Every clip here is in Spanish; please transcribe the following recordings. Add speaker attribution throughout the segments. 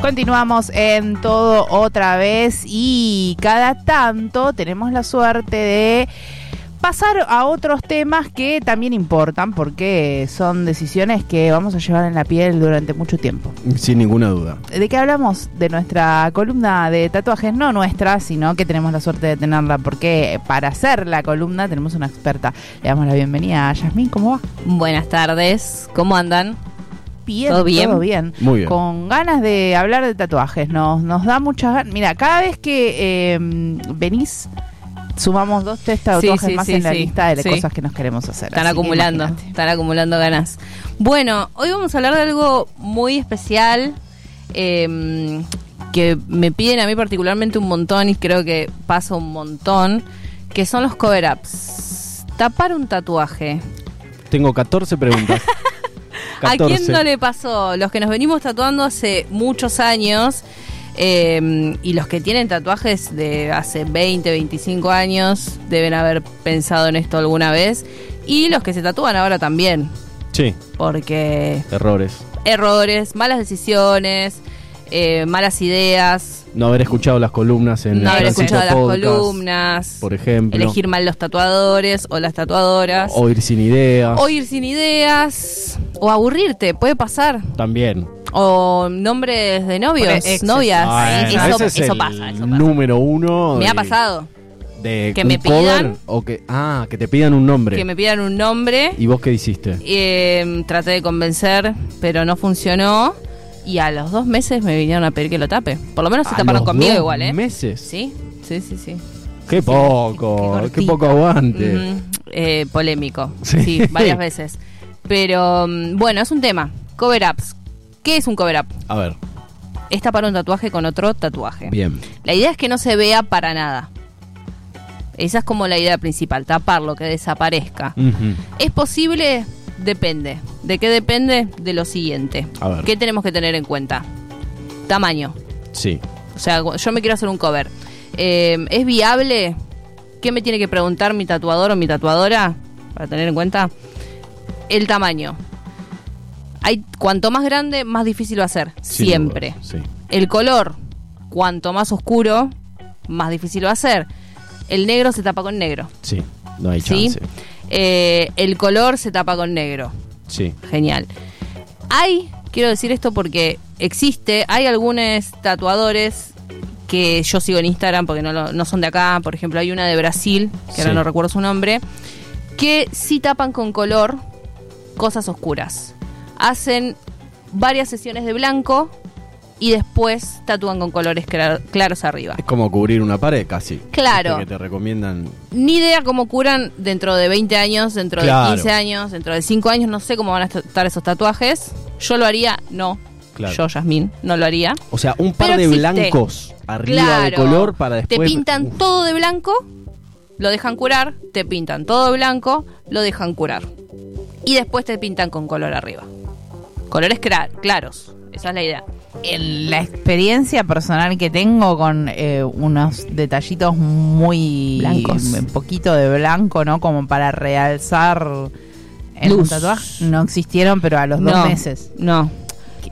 Speaker 1: Continuamos en todo otra vez y cada tanto tenemos la suerte de pasar a otros temas que también importan porque son decisiones que vamos a llevar en la piel durante mucho tiempo.
Speaker 2: Sin ninguna duda.
Speaker 1: ¿De qué hablamos? De nuestra columna de tatuajes, no nuestra, sino que tenemos la suerte de tenerla porque para hacer la columna tenemos una experta. Le damos la bienvenida a Yasmín, ¿cómo va?
Speaker 3: Buenas tardes, ¿cómo andan?
Speaker 1: bien,
Speaker 3: ¿Todo bien?
Speaker 1: todo bien.
Speaker 2: Muy bien.
Speaker 1: Con ganas de hablar de tatuajes, nos, nos da muchas ganas. Mira, cada vez que eh, venís, sumamos dos, tres tatuajes
Speaker 3: Sí, sí,
Speaker 1: más
Speaker 3: sí,
Speaker 1: en la
Speaker 3: sí,
Speaker 1: lista de las
Speaker 3: sí.
Speaker 1: cosas que nos queremos hacer.
Speaker 3: Están
Speaker 1: así que
Speaker 3: acumulando,
Speaker 1: imagínate.
Speaker 3: están acumulando ganas. Bueno, hoy vamos a hablar de algo muy especial eh, que me piden a mí particularmente un montón y creo que pasa un montón, que son los cover-ups. Tapar un tatuaje.
Speaker 2: Tengo 14 preguntas.
Speaker 3: ¿A quién no le pasó? Los que nos venimos tatuando hace muchos años eh, y los que tienen tatuajes de hace 20, 25 años deben haber pensado en esto alguna vez. Y los que se tatúan ahora también,
Speaker 2: Sí,
Speaker 3: porque
Speaker 2: errores.
Speaker 3: errores, malas decisiones, eh, malas ideas,
Speaker 2: No haber escuchado las columnas en
Speaker 3: no haber
Speaker 2: Francisco
Speaker 3: escuchado las
Speaker 2: Podcast,
Speaker 3: columnas,
Speaker 2: Por ejemplo.
Speaker 3: elegir mal los tatuadores o las tatuadoras,
Speaker 2: O ir sin ideas.
Speaker 3: o ir sin ideas, o aburrirte, puede pasar.
Speaker 2: También.
Speaker 3: O nombres de
Speaker 1: Por
Speaker 3: novios,
Speaker 1: exes.
Speaker 3: novias.
Speaker 2: Bueno,
Speaker 3: Ah, eso,
Speaker 2: ese es
Speaker 3: eso
Speaker 2: el
Speaker 3: pasa, eso pasa.
Speaker 2: Número uno.
Speaker 3: Me ha
Speaker 2: de-
Speaker 3: pasado
Speaker 2: de
Speaker 3: que
Speaker 2: un
Speaker 3: me
Speaker 2: cover
Speaker 3: pidan-
Speaker 2: O que, ah, que te pidan un nombre.
Speaker 3: que me pidan un nombre.
Speaker 2: ¿Y vos qué hiciste?
Speaker 3: eh, traté de convencer, pero no funcionó. Y a los dos meses me vinieron a pedir que lo tape. Por lo menos se
Speaker 2: A
Speaker 3: taparon
Speaker 2: los
Speaker 3: conmigo
Speaker 2: dos
Speaker 3: igual, ¿eh?
Speaker 2: meses.
Speaker 3: Sí, sí, sí, sí.
Speaker 2: Qué poco,
Speaker 3: Qué
Speaker 2: qué,
Speaker 3: cortito.
Speaker 2: poco aguante.
Speaker 3: Ujú, eh, polémico.
Speaker 2: Sí.
Speaker 3: Sí. varias veces. Pero mm, bueno, es un tema. Cover-ups. ¿Qué es un cover-up?
Speaker 2: A ver,
Speaker 3: Es tapar un tatuaje con otro tatuaje.
Speaker 2: bien.
Speaker 3: La idea es que no se vea para nada. Esa es como la idea principal, taparlo, que desaparezca.
Speaker 2: Ujú.
Speaker 3: ¿Es posible? Depende. ¿De qué depende? De lo siguiente.
Speaker 2: A ver.
Speaker 3: ¿Qué tenemos que tener en cuenta? Tamaño.
Speaker 2: Sí.
Speaker 3: O sea, gu- yo me quiero hacer un cover. Eh, ¿Es viable? ¿Qué me tiene que preguntar mi tatuador o mi tatuadora? Para tener en cuenta el tamaño. Hay, cuanto más grande, más difícil va a ser.
Speaker 2: sin
Speaker 3: Siempre.
Speaker 2: duda, Sí.
Speaker 3: El color, cuanto más oscuro, más difícil va a ser. El negro se tapa con negro.
Speaker 2: Sí. No hay
Speaker 3: ¿sí?
Speaker 2: chance.
Speaker 3: Eh, el color se tapa con negro.
Speaker 2: Sí.
Speaker 3: Genial. Hay, quiero decir esto porque existe, hay algunos tatuadores que yo sigo en Instagram porque no, lo- no son de acá. Por ejemplo, hay una de Brasil, que ahora
Speaker 2: Sí.
Speaker 3: no recuerdo su nombre, que sí tapan con color cosas oscuras. Hacen varias sesiones de blanco y después tatúan con colores clar- claros arriba.
Speaker 2: Es como cubrir una pared casi.
Speaker 3: Claro.
Speaker 2: Viste Que te recomiendan.
Speaker 3: Ni idea cómo curan dentro de 20 años, dentro
Speaker 2: Claro.
Speaker 3: de 15 años, dentro de 5 años, no sé cómo van a estar esos tatuajes. Yo lo haría, no.
Speaker 2: Claro.
Speaker 3: Yo, Yasmín, no lo haría.
Speaker 2: O sea, un par
Speaker 3: Pero
Speaker 2: de
Speaker 3: existe.
Speaker 2: blancos arriba de
Speaker 3: Claro.
Speaker 2: color para después.
Speaker 3: Te pintan
Speaker 2: Uf,
Speaker 3: todo de blanco, lo dejan curar, te pintan todo de blanco, lo dejan curar. Y después te pintan con color arriba. Colores cra- claros, esa es la idea.
Speaker 1: En la experiencia personal que tengo con eh, unos detallitos muy
Speaker 3: Blancos.
Speaker 1: un poquito de blanco, ¿no? Como para realzar en un
Speaker 3: Luz.
Speaker 1: tatuaje. No existieron, pero a los
Speaker 3: No,
Speaker 1: dos meses.
Speaker 3: No.
Speaker 1: No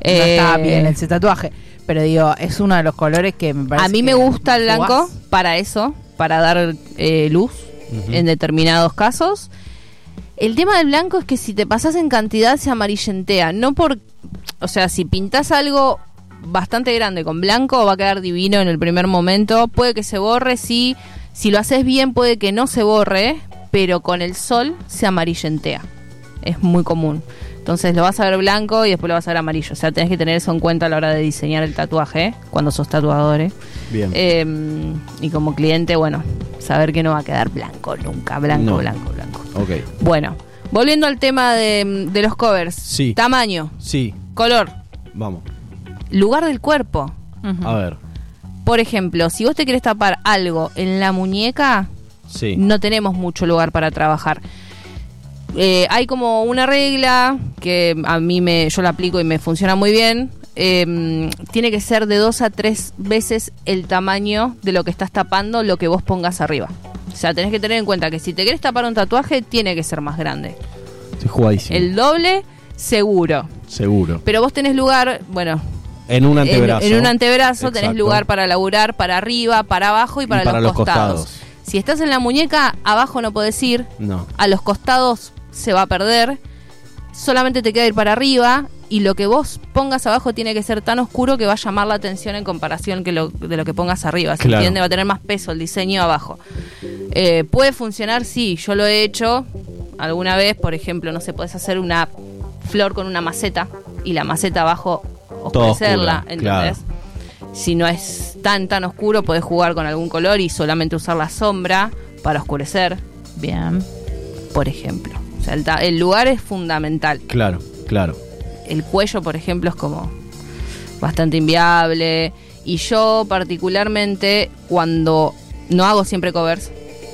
Speaker 1: estaba
Speaker 3: Eh,
Speaker 1: bien ese tatuaje. Pero digo, es uno de los colores que me parece.
Speaker 3: A mí me
Speaker 1: que
Speaker 3: gusta el blanco
Speaker 1: jugás.
Speaker 3: para eso, para dar eh, luz en determinados casos. El tema del blanco es que si te pasas en cantidad se amarillentea. No por. O sea, si pintas algo bastante grande con blanco, va a quedar divino en el primer momento. Puede que se borre, sí. Si lo haces bien, puede que no se borre. Pero con el sol se amarillentea. Es muy común. Entonces lo vas a ver blanco y después lo vas a ver amarillo. O sea, tenés que tener eso en cuenta a la hora de diseñar el tatuaje, ¿eh? cuando sos tatuador. ¿eh?
Speaker 2: Bien.
Speaker 3: Eh, y como cliente, bueno, saber que no va a quedar blanco nunca. Blanco,
Speaker 2: No.
Speaker 3: blanco, blanco.
Speaker 2: Ok.
Speaker 3: Bueno, volviendo al tema de, de los covers.
Speaker 2: Sí.
Speaker 3: Tamaño,
Speaker 2: Sí.
Speaker 3: color,
Speaker 2: Vamos.
Speaker 3: lugar del cuerpo.
Speaker 1: Ujú.
Speaker 2: A ver.
Speaker 3: Por ejemplo, si vos te querés tapar algo en la muñeca,
Speaker 2: Sí.
Speaker 3: no tenemos mucho lugar para trabajar. Eh, hay como una regla que a mí me, yo la aplico y me funciona muy bien. Eh, tiene que ser de dos a tres veces el tamaño de lo que estás tapando, lo que vos pongas arriba. O sea, tenés que tener en cuenta que si te querés tapar un tatuaje, tiene que ser más grande.
Speaker 2: Estoy jugadísimo.
Speaker 3: El doble, seguro.
Speaker 2: Seguro.
Speaker 3: Pero vos tenés lugar, bueno,
Speaker 2: En un antebrazo.
Speaker 3: En, en un antebrazo tenés
Speaker 2: Exacto.
Speaker 3: lugar para laburar, para arriba, para abajo y para,
Speaker 2: para
Speaker 3: los,
Speaker 2: los
Speaker 3: costados.
Speaker 2: costados.
Speaker 3: Si estás en la muñeca, abajo no podés ir,
Speaker 2: No.
Speaker 3: a los costados se va a perder, solamente te queda ir para arriba y lo que vos pongas abajo tiene que ser tan oscuro que va a llamar la atención en comparación que lo- de lo que pongas arriba, ¿se
Speaker 2: Claro.
Speaker 3: entiende? Va a tener más peso el diseño abajo. Eh, puede funcionar, sí, yo lo he hecho alguna vez, por ejemplo, no sé, podés hacer una flor con una maceta y la maceta abajo
Speaker 2: Toda
Speaker 3: oscurecerla,
Speaker 2: oscura,
Speaker 3: ¿entendés? Si no es tan tan oscuro, podés jugar con algún color y solamente usar la sombra para oscurecer
Speaker 1: Bien.
Speaker 3: por ejemplo. O sea, el, ta- el lugar es fundamental.
Speaker 2: Claro, claro.
Speaker 3: El cuello, por ejemplo, es como bastante inviable. Y yo particularmente cuando no hago siempre covers,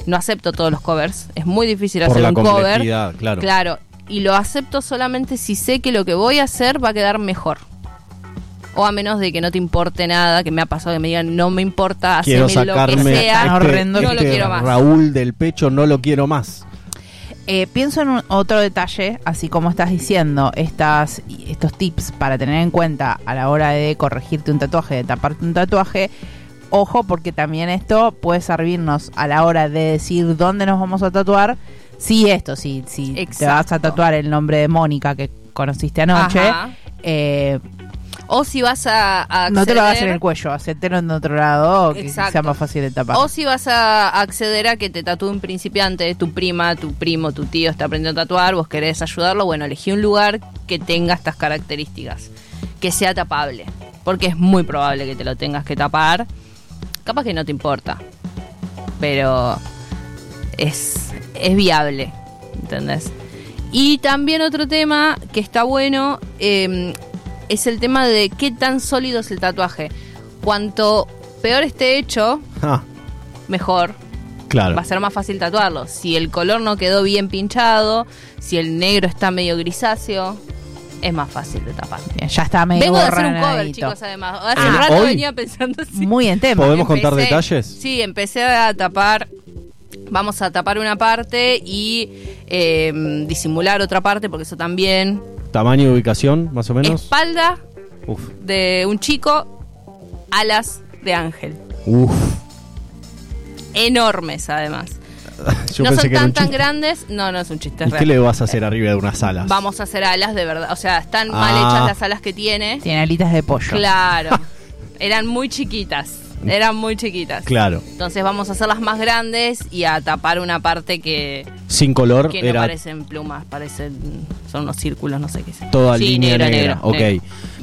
Speaker 3: no acepto todos los covers. Es muy difícil
Speaker 2: Por
Speaker 3: hacer
Speaker 2: la
Speaker 3: un cover.
Speaker 2: complejidad, claro.
Speaker 3: Y lo acepto solamente si sé que lo que voy a hacer va a quedar mejor. O a menos de que no te importe nada, que me ha pasado que me digan, no me importa, hacerme
Speaker 2: Quiero
Speaker 3: lo que
Speaker 2: sacarme
Speaker 3: sea.
Speaker 1: Tan horrendo
Speaker 2: este,
Speaker 1: que-
Speaker 3: no lo
Speaker 2: este
Speaker 3: quiero más.
Speaker 2: Raúl del pecho, no lo quiero más.
Speaker 1: Eh, pienso en un- otro detalle, así como estás diciendo, estas, estos tips para tener en cuenta a la hora de corregirte un tatuaje, de taparte un tatuaje. Ojo, porque también esto puede servirnos a la hora de decir dónde nos vamos a tatuar. Sí, esto, sí, sí. Te vas a
Speaker 3: Exacto.
Speaker 1: tatuar el nombre de Mónica que conociste anoche.
Speaker 3: Ajá.
Speaker 1: eh,
Speaker 3: O si vas a, a
Speaker 1: no te lo hagas en
Speaker 3: acceder-
Speaker 1: el cuello, hacértelo en otro lado que
Speaker 3: Exacto.
Speaker 1: sea más fácil de tapar.
Speaker 3: O si vas a acceder a que te tatúe un principiante, tu prima, tu primo, tu tío está aprendiendo a tatuar, vos querés ayudarlo, bueno, elegí un lugar que tenga estas características, que sea tapable, porque es muy probable que te lo tengas que tapar. Capaz que no te importa, pero es, es viable, ¿entendés? Y también otro tema que está bueno eh, es el tema de qué tan sólido es el tatuaje. Cuanto peor esté hecho,
Speaker 2: Ah,
Speaker 3: mejor.
Speaker 2: claro.
Speaker 3: Va a ser más fácil tatuarlo. Si el color no quedó bien pinchado, si el negro está medio grisáceo, es más fácil de tapar.
Speaker 1: Bien, ya está medio
Speaker 3: Vengo de hacer un cover,
Speaker 1: borranadito.
Speaker 3: chicos, además. Hace
Speaker 2: Ah,
Speaker 3: rato
Speaker 2: ¿hoy?
Speaker 3: venía pensando así.
Speaker 1: Muy en tema.
Speaker 2: ¿Podemos contar
Speaker 3: Empecé-
Speaker 2: detalles?
Speaker 3: Sí, empecé a tapar. Vamos a tapar una parte y eh, disimular otra parte, porque eso también.
Speaker 2: Tamaño y ubicación, más o menos.
Speaker 3: Espalda
Speaker 2: Uf.
Speaker 3: de un chico, alas de ángel.
Speaker 2: Uf.
Speaker 3: Enormes, además.
Speaker 2: Yo
Speaker 3: no
Speaker 2: pensé
Speaker 3: son
Speaker 2: que era
Speaker 3: tan
Speaker 2: un
Speaker 3: tan
Speaker 2: chiste.
Speaker 3: grandes. No, no es un chiste es
Speaker 2: ¿Y
Speaker 3: real.
Speaker 2: qué le vas a hacer arriba de unas alas?
Speaker 3: Vamos a hacer alas de verdad. O sea, están mal
Speaker 2: Ah.
Speaker 3: hechas las alas que tiene.
Speaker 1: Tiene alitas de pollo.
Speaker 3: Claro. Eran muy chiquitas. Eran muy chiquitas.
Speaker 2: Claro.
Speaker 3: Entonces vamos a hacerlas más grandes y a tapar una parte que,
Speaker 2: Sin color
Speaker 3: que no
Speaker 2: era
Speaker 3: parecen plumas, parecen son unos círculos, no sé qué es.
Speaker 2: toda línea negra. ok.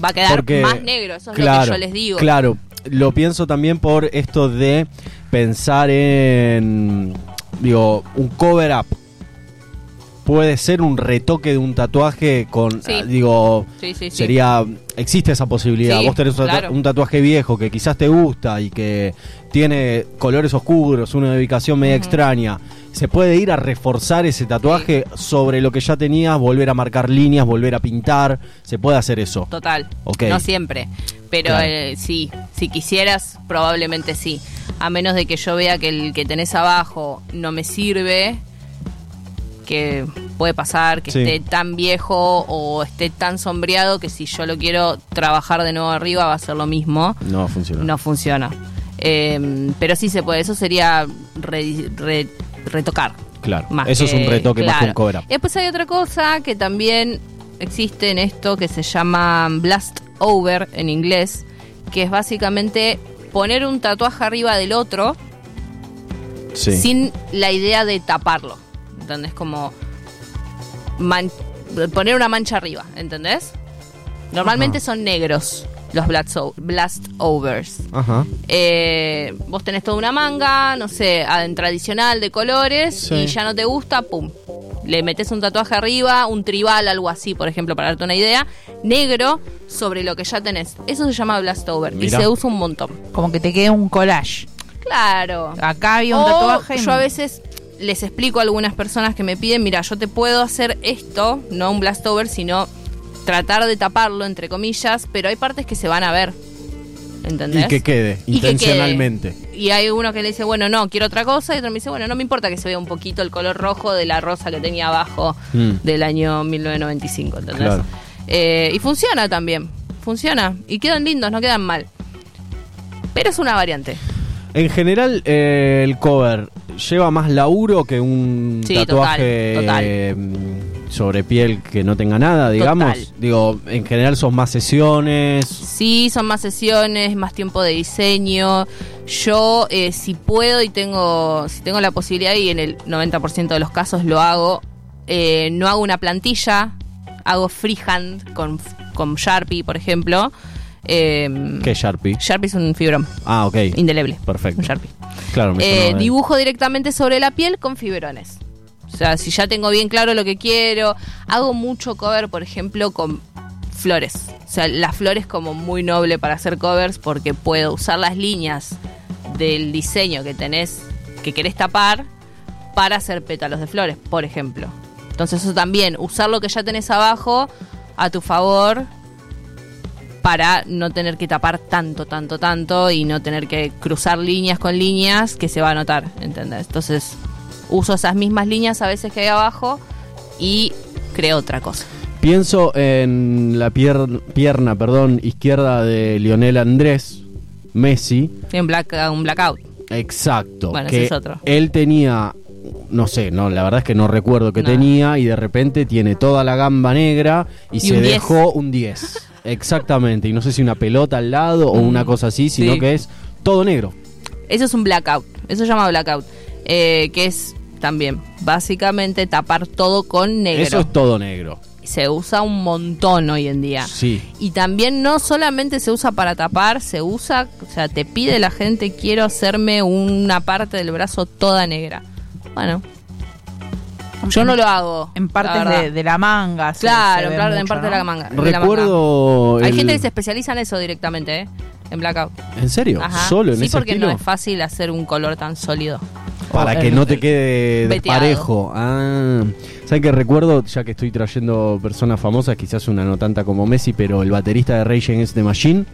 Speaker 3: Va a quedar
Speaker 2: Porque-
Speaker 3: más negro, eso es lo que
Speaker 2: claro,
Speaker 3: yo les digo.
Speaker 2: Claro, lo pienso también por esto de pensar en, digo, un cover up. Puede ser un retoque de un tatuaje con,
Speaker 3: Sí.
Speaker 2: ah, digo,
Speaker 3: Sí, Este, sí, sí.
Speaker 2: sería, existe esa posibilidad.
Speaker 3: Sí,
Speaker 2: Vos tenés un, tatu-
Speaker 3: claro.
Speaker 2: un tatuaje viejo que quizás te gusta y que tiene colores oscuros, una ubicación media extraña. Se puede ir a reforzar ese tatuaje sobre lo que ya tenías, volver a marcar líneas, volver a pintar. Se puede hacer eso.
Speaker 3: Total.
Speaker 2: Ok.
Speaker 3: No siempre. Pero
Speaker 2: Claro.
Speaker 3: eh, sí, si quisieras, probablemente sí. A menos de que yo vea que el que tenés abajo no me sirve, que puede pasar, que
Speaker 2: Sí.
Speaker 3: esté tan viejo o esté tan sombreado que si yo lo quiero trabajar de nuevo arriba va a ser lo mismo.
Speaker 2: No va a funcionar.
Speaker 3: No funciona. Eh, pero sí se puede, eso sería re- re- retocar.
Speaker 2: Claro,
Speaker 3: Más
Speaker 2: eso es
Speaker 3: que-
Speaker 2: un retoque más que un
Speaker 3: claro. Eh,
Speaker 2: cover up.
Speaker 3: Y Después hay otra cosa que también existe en esto que se llama blast over en inglés, que es básicamente poner un tatuaje arriba del otro
Speaker 2: Sí.
Speaker 3: sin la idea de taparlo. ¿Entendés? Como man- poner una mancha arriba, ¿entendés? Normalmente son negros los blast, o- blast overs.
Speaker 2: Ajá.
Speaker 3: Eh, vos tenés toda una manga, no sé, ah, tradicional de colores
Speaker 2: Sí.
Speaker 3: y ya no te gusta, pum. Le metes un tatuaje arriba, un tribal, algo así, por ejemplo, para darte una idea, negro sobre lo que ya tenés. Eso se llama blastover y
Speaker 2: Mirá.
Speaker 3: se usa un montón.
Speaker 1: Como que te quede un collage.
Speaker 3: Claro.
Speaker 1: Acá había un
Speaker 3: O
Speaker 1: tatuaje. y
Speaker 3: Oh, Yo a veces les explico a algunas personas que me piden, mira, yo te puedo hacer esto, no un blastover, sino tratar de taparlo, entre comillas, pero hay partes que se van a ver. ¿Entendés?
Speaker 2: Y que quede,
Speaker 3: Y que
Speaker 2: intencionalmente.
Speaker 3: quede. Y hay uno que le dice, bueno, no, quiero otra cosa. Y otro me dice, bueno, no me importa que se vea un poquito el color rojo de la rosa que tenía abajo
Speaker 2: Mm.
Speaker 3: del año 1995. ¿entendés?
Speaker 2: Claro.
Speaker 3: Eh, y funciona también. funciona. Y quedan lindos, no quedan mal. Pero es una variante.
Speaker 2: En general, eh, el cover lleva más laburo que un
Speaker 3: Sí,
Speaker 2: tatuaje
Speaker 3: total, total.
Speaker 2: eh, sobre piel que no tenga nada, digamos.
Speaker 3: Total.
Speaker 2: Digo, en general son más sesiones.
Speaker 3: Sí, son más sesiones, más tiempo de diseño. Yo, eh, si puedo y tengo, si tengo la posibilidad, y en el 90% de los casos lo hago, eh, no hago una plantilla, hago freehand con, con Sharpie, por ejemplo. Eh,
Speaker 2: ¿Qué Sharpie?
Speaker 3: Sharpie es un fibrón
Speaker 2: Ah, ok.
Speaker 3: indeleble.
Speaker 2: Perfecto.
Speaker 3: Un Sharpie.
Speaker 2: Claro, me
Speaker 3: Eh,
Speaker 2: sonaba de-
Speaker 3: dibujo directamente sobre la piel con fibrones. O sea, si ya tengo bien claro lo que quiero, hago mucho cover, por ejemplo, con flores. O sea, las flores como muy noble para hacer covers porque puedo usar las líneas del diseño que tenés, que querés tapar, para hacer pétalos de flores, por ejemplo. Entonces eso también, usar lo que ya tenés abajo a tu favor para no tener que tapar tanto, tanto, tanto y no tener que cruzar líneas con líneas que se va a notar, ¿entendés? Entonces uso esas mismas líneas a veces que hay abajo y creo otra cosa.
Speaker 2: Pienso en la pier- pierna perdón, izquierda de Lionel Andrés, Messi.
Speaker 3: En black, un blackout.
Speaker 2: Exacto.
Speaker 3: Bueno,
Speaker 2: que
Speaker 3: ese es otro.
Speaker 2: Él tenía, no sé, no, la verdad es que no recuerdo que
Speaker 3: No.
Speaker 2: tenía y de repente tiene toda la gamba negra y,
Speaker 3: Y
Speaker 2: se
Speaker 3: un 10.
Speaker 2: dejó un 10. Exactamente. Y no sé si una pelota al lado o una cosa así, sino
Speaker 3: Mm. sí.
Speaker 2: que es todo negro.
Speaker 3: Eso es un blackout. Eso se llama blackout. eh, que es también básicamente tapar todo con negro.
Speaker 2: Eso es todo negro.
Speaker 3: se usa un montón hoy en día.
Speaker 2: Sí.
Speaker 3: Y también no solamente se usa para tapar, se usa, o sea, te pide la gente, quiero hacerme una parte del brazo toda negra. Bueno, yo no lo hago.
Speaker 1: En
Speaker 3: la
Speaker 1: partes
Speaker 3: verdad.
Speaker 1: de, de la manga. se- se
Speaker 3: Claro,
Speaker 1: ve
Speaker 3: en, par- en
Speaker 1: mucho,
Speaker 3: parte de
Speaker 1: ¿no?
Speaker 3: la manga. de la manga.
Speaker 2: Recuerdo.
Speaker 3: Hay
Speaker 2: el-
Speaker 3: gente que se especializa en eso directamente, ¿eh? En blackout.
Speaker 2: ¿En serio?
Speaker 3: Ajá.
Speaker 2: ¿Solo en
Speaker 3: sí,
Speaker 2: ese
Speaker 3: porque
Speaker 2: estilo?
Speaker 3: no es fácil hacer un color tan sólido.
Speaker 2: Para
Speaker 1: O
Speaker 2: que
Speaker 1: el-
Speaker 2: no te quede de
Speaker 3: veteado.
Speaker 2: parejo. Ah, ¿Sabes qué recuerdo? Ya que estoy trayendo personas famosas, quizás una no tanta como Messi, pero el baterista de Rage Against the Machine,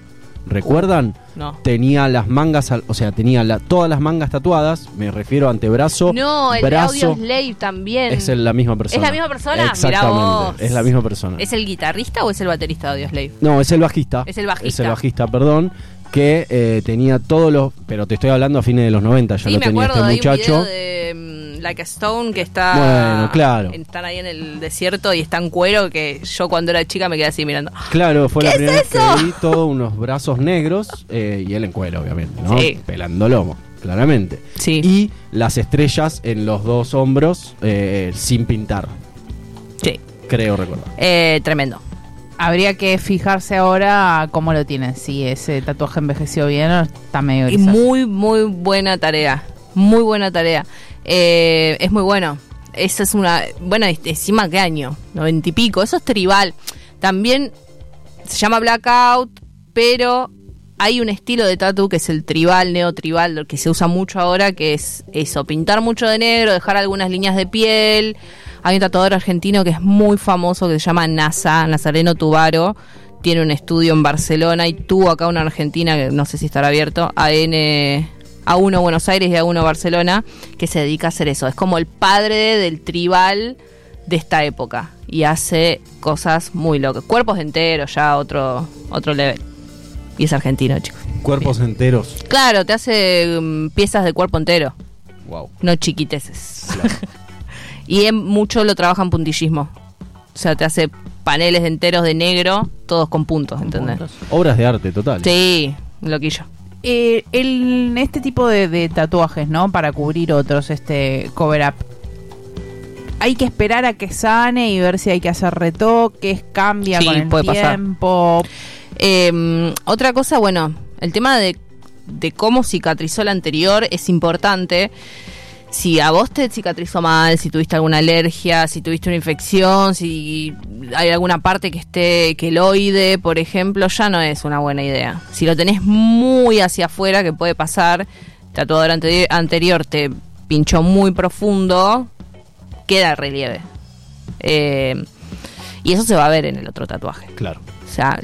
Speaker 2: ¿recuerdan?
Speaker 3: No.
Speaker 2: Tenía las mangas, al- o sea, tenía la- todas las mangas tatuadas, me refiero a antebrazo,
Speaker 3: No, el de
Speaker 2: brazo.
Speaker 3: Audio Slave también.
Speaker 2: es el- la misma persona.
Speaker 3: misma persona? Mirá vos.
Speaker 2: Exactamente, es la misma persona.
Speaker 3: ¿Es el guitarrista o es el baterista de Audio Slave?
Speaker 2: No, es el bajista.
Speaker 3: Es el bajista.
Speaker 2: Es el bajista, perdón. Que eh, tenía todos los. Pero te estoy hablando a fines de los 90, ya
Speaker 3: Sí,
Speaker 2: lo
Speaker 3: me
Speaker 2: tenía
Speaker 3: acuerdo,
Speaker 2: este
Speaker 3: hay un
Speaker 2: muchacho.
Speaker 3: video de mm, Like a Stone que está.
Speaker 2: Bueno, claro.
Speaker 3: Están ahí en el desierto y está en cuero que yo cuando era chica me quedé así mirando.
Speaker 2: Claro, fue la
Speaker 3: ¿Qué es
Speaker 2: primera vez
Speaker 3: eso?
Speaker 2: que vi todos unos brazos negros eh, y él en cuero, obviamente, ¿no?
Speaker 3: Sí.
Speaker 2: Pelando lomo, claramente.
Speaker 3: Sí.
Speaker 2: Y las estrellas en los dos hombros eh, sin pintar,
Speaker 3: Sí.
Speaker 2: creo recordar.
Speaker 3: Eh, tremendo.
Speaker 1: Habría que fijarse ahora cómo lo tienen. Si ese tatuaje envejeció bien o está medio
Speaker 3: Y
Speaker 1: grisáceo.
Speaker 3: muy, muy buena tarea. Muy buena tarea. Eh, es muy bueno. Esa es una. Bueno, es- encima qué año. Noventa y pico. Eso es tribal. También se llama blackout, pero hay un estilo de tatu que es el tribal, neotribal, lo que se usa mucho ahora, que es eso, pintar mucho de negro, dejar algunas líneas de piel. Hay un tatuador argentino que es muy famoso que se llama NASA, Nazareno Tubaro. Tiene un estudio en Barcelona y tuvo acá una argentina que no sé si estará abierto, AN A1 Buenos Aires y A1 Barcelona, que se dedica a hacer eso. Es como el padre del tribal de esta época y hace cosas muy locas. Cuerpos enteros, ya otro, otro level. Y es argentino, chicos.
Speaker 2: Cuerpos enteros.
Speaker 3: Claro, te hace mm, piezas de cuerpo entero,
Speaker 2: Wow.
Speaker 3: no chiquiteces. y en mucho lo trabajan puntillismo. O sea, te hace paneles enteros de negro, todos con puntos, ¿entendés?
Speaker 2: Obras de arte, total.
Speaker 3: Sí, loquillo.
Speaker 1: Eh, el, este tipo de, de tatuajes, ¿no? Para cubrir otros, este cover up. Hay que esperar a que sane y ver si hay que hacer retoques, cambia
Speaker 3: Sí,
Speaker 1: con el
Speaker 3: puede pasar.
Speaker 1: tiempo.
Speaker 3: Eh, otra cosa, bueno, el tema de, de cómo cicatrizó la anterior es importante. Si a vos te cicatrizó mal, si tuviste alguna alergia, si tuviste una infección, si hay alguna parte que esté queloide, por ejemplo, ya no es una buena idea. Si lo tenés muy hacia afuera, que puede pasar, tatuador anteri- anterior te pinchó muy profundo, queda relieve. Eh, y eso se va a ver en el otro tatuaje.
Speaker 2: Claro.
Speaker 3: O sea,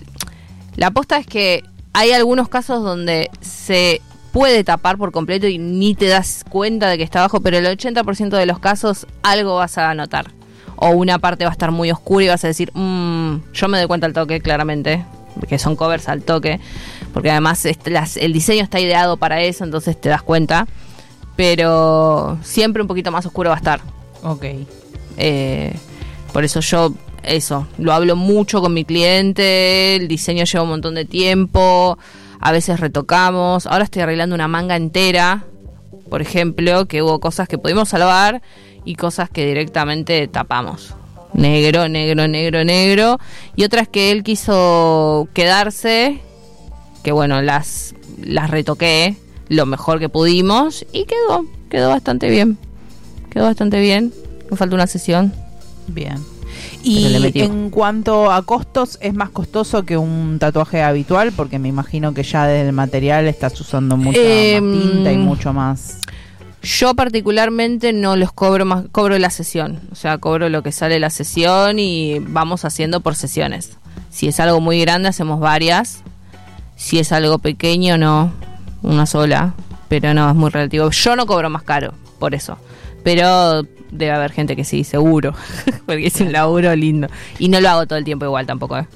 Speaker 3: la aposta es que hay algunos casos donde se puede tapar por completo y ni te das cuenta de que está abajo, pero el 80% de los casos algo vas a notar. O una parte va a estar muy oscura y vas a decir, "Mm, yo me doy cuenta al toque, claramente. que son covers al toque, porque además este, las- el diseño está ideado para eso, entonces te das cuenta, pero siempre un poquito más oscuro va a estar.
Speaker 1: Ok.
Speaker 3: Eh, por eso yo, eso, lo hablo mucho con mi cliente, el diseño lleva un montón de tiempo, a veces retocamos, ahora estoy arreglando una manga entera, por ejemplo, que hubo cosas que pudimos salvar y cosas que directamente tapamos. Negro, negro, negro, negro. Y otras que él quiso quedarse, que bueno, las, las retoqué lo mejor que pudimos y quedó, quedó bastante bien. Quedó bastante bien. Me falta una sesión.
Speaker 1: Bien.
Speaker 3: Pero le
Speaker 1: Y
Speaker 3: metió.
Speaker 1: en cuanto a costos, es más costoso que un tatuaje habitual, porque me imagino que ya del material estás usando mucha
Speaker 3: Eh,
Speaker 1: más tinta y mucho más.
Speaker 3: Yo particularmente no los cobro más, cobro la sesión, o sea, cobro lo que sale la sesión y vamos haciendo por sesiones. Si es algo muy grande hacemos varias, si es algo pequeño no, una sola, pero no, es muy relativo. Yo no cobro más caro, por eso, pero debe haber gente que sí, seguro, porque es un laburo lindo. Y no lo hago todo el tiempo igual tampoco, ¿eh?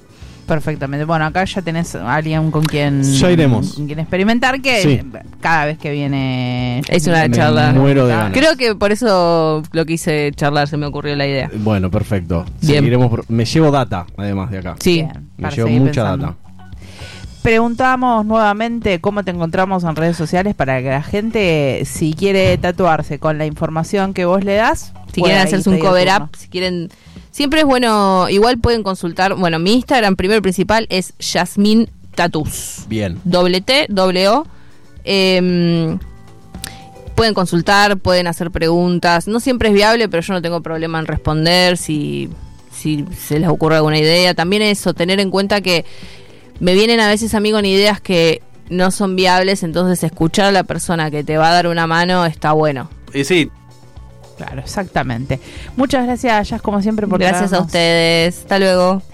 Speaker 1: Perfectamente. Bueno, acá ya tenés a alguien con quien,
Speaker 2: Ya iremos.
Speaker 1: con quien experimentar, que
Speaker 2: Sí.
Speaker 1: cada vez que viene...
Speaker 3: es una
Speaker 2: Me
Speaker 3: charla. Ah,
Speaker 2: muero de ganas.
Speaker 3: Creo que por eso lo quise charlar, se me ocurrió la idea.
Speaker 2: Bueno, perfecto.
Speaker 3: Bien.
Speaker 2: Seguiremos por- Me llevo data, además de acá.
Speaker 3: Sí.
Speaker 1: Bien,
Speaker 2: Me
Speaker 1: para
Speaker 2: llevo
Speaker 1: seguir
Speaker 2: mucha
Speaker 1: pensando.
Speaker 2: data.
Speaker 1: Preguntamos nuevamente cómo te encontramos en redes sociales para que la gente, si quiere tatuarse con la información que vos le das,
Speaker 3: Si
Speaker 1: pueda
Speaker 3: quieren
Speaker 1: ir
Speaker 3: hacerse un
Speaker 1: pedir
Speaker 3: cover
Speaker 1: turno.
Speaker 3: up, si quieren. Siempre es bueno, igual pueden consultar. Bueno, mi Instagram primero y principal es Yasmin Tatus.
Speaker 2: Bien.
Speaker 3: Doble T, doble O. Em, pueden consultar, pueden hacer preguntas. No siempre es viable, pero yo no tengo problema en responder si, si se les ocurre alguna idea. También eso, tener en cuenta que me vienen a veces a mí con ideas que no son viables, entonces escuchar a la persona que te va a dar una mano está bueno.
Speaker 4: Y sí,
Speaker 1: Claro, exactamente. Muchas gracias, Jazz, como siempre, por
Speaker 3: Gracias a
Speaker 1: traernos.
Speaker 3: ustedes. Hasta luego.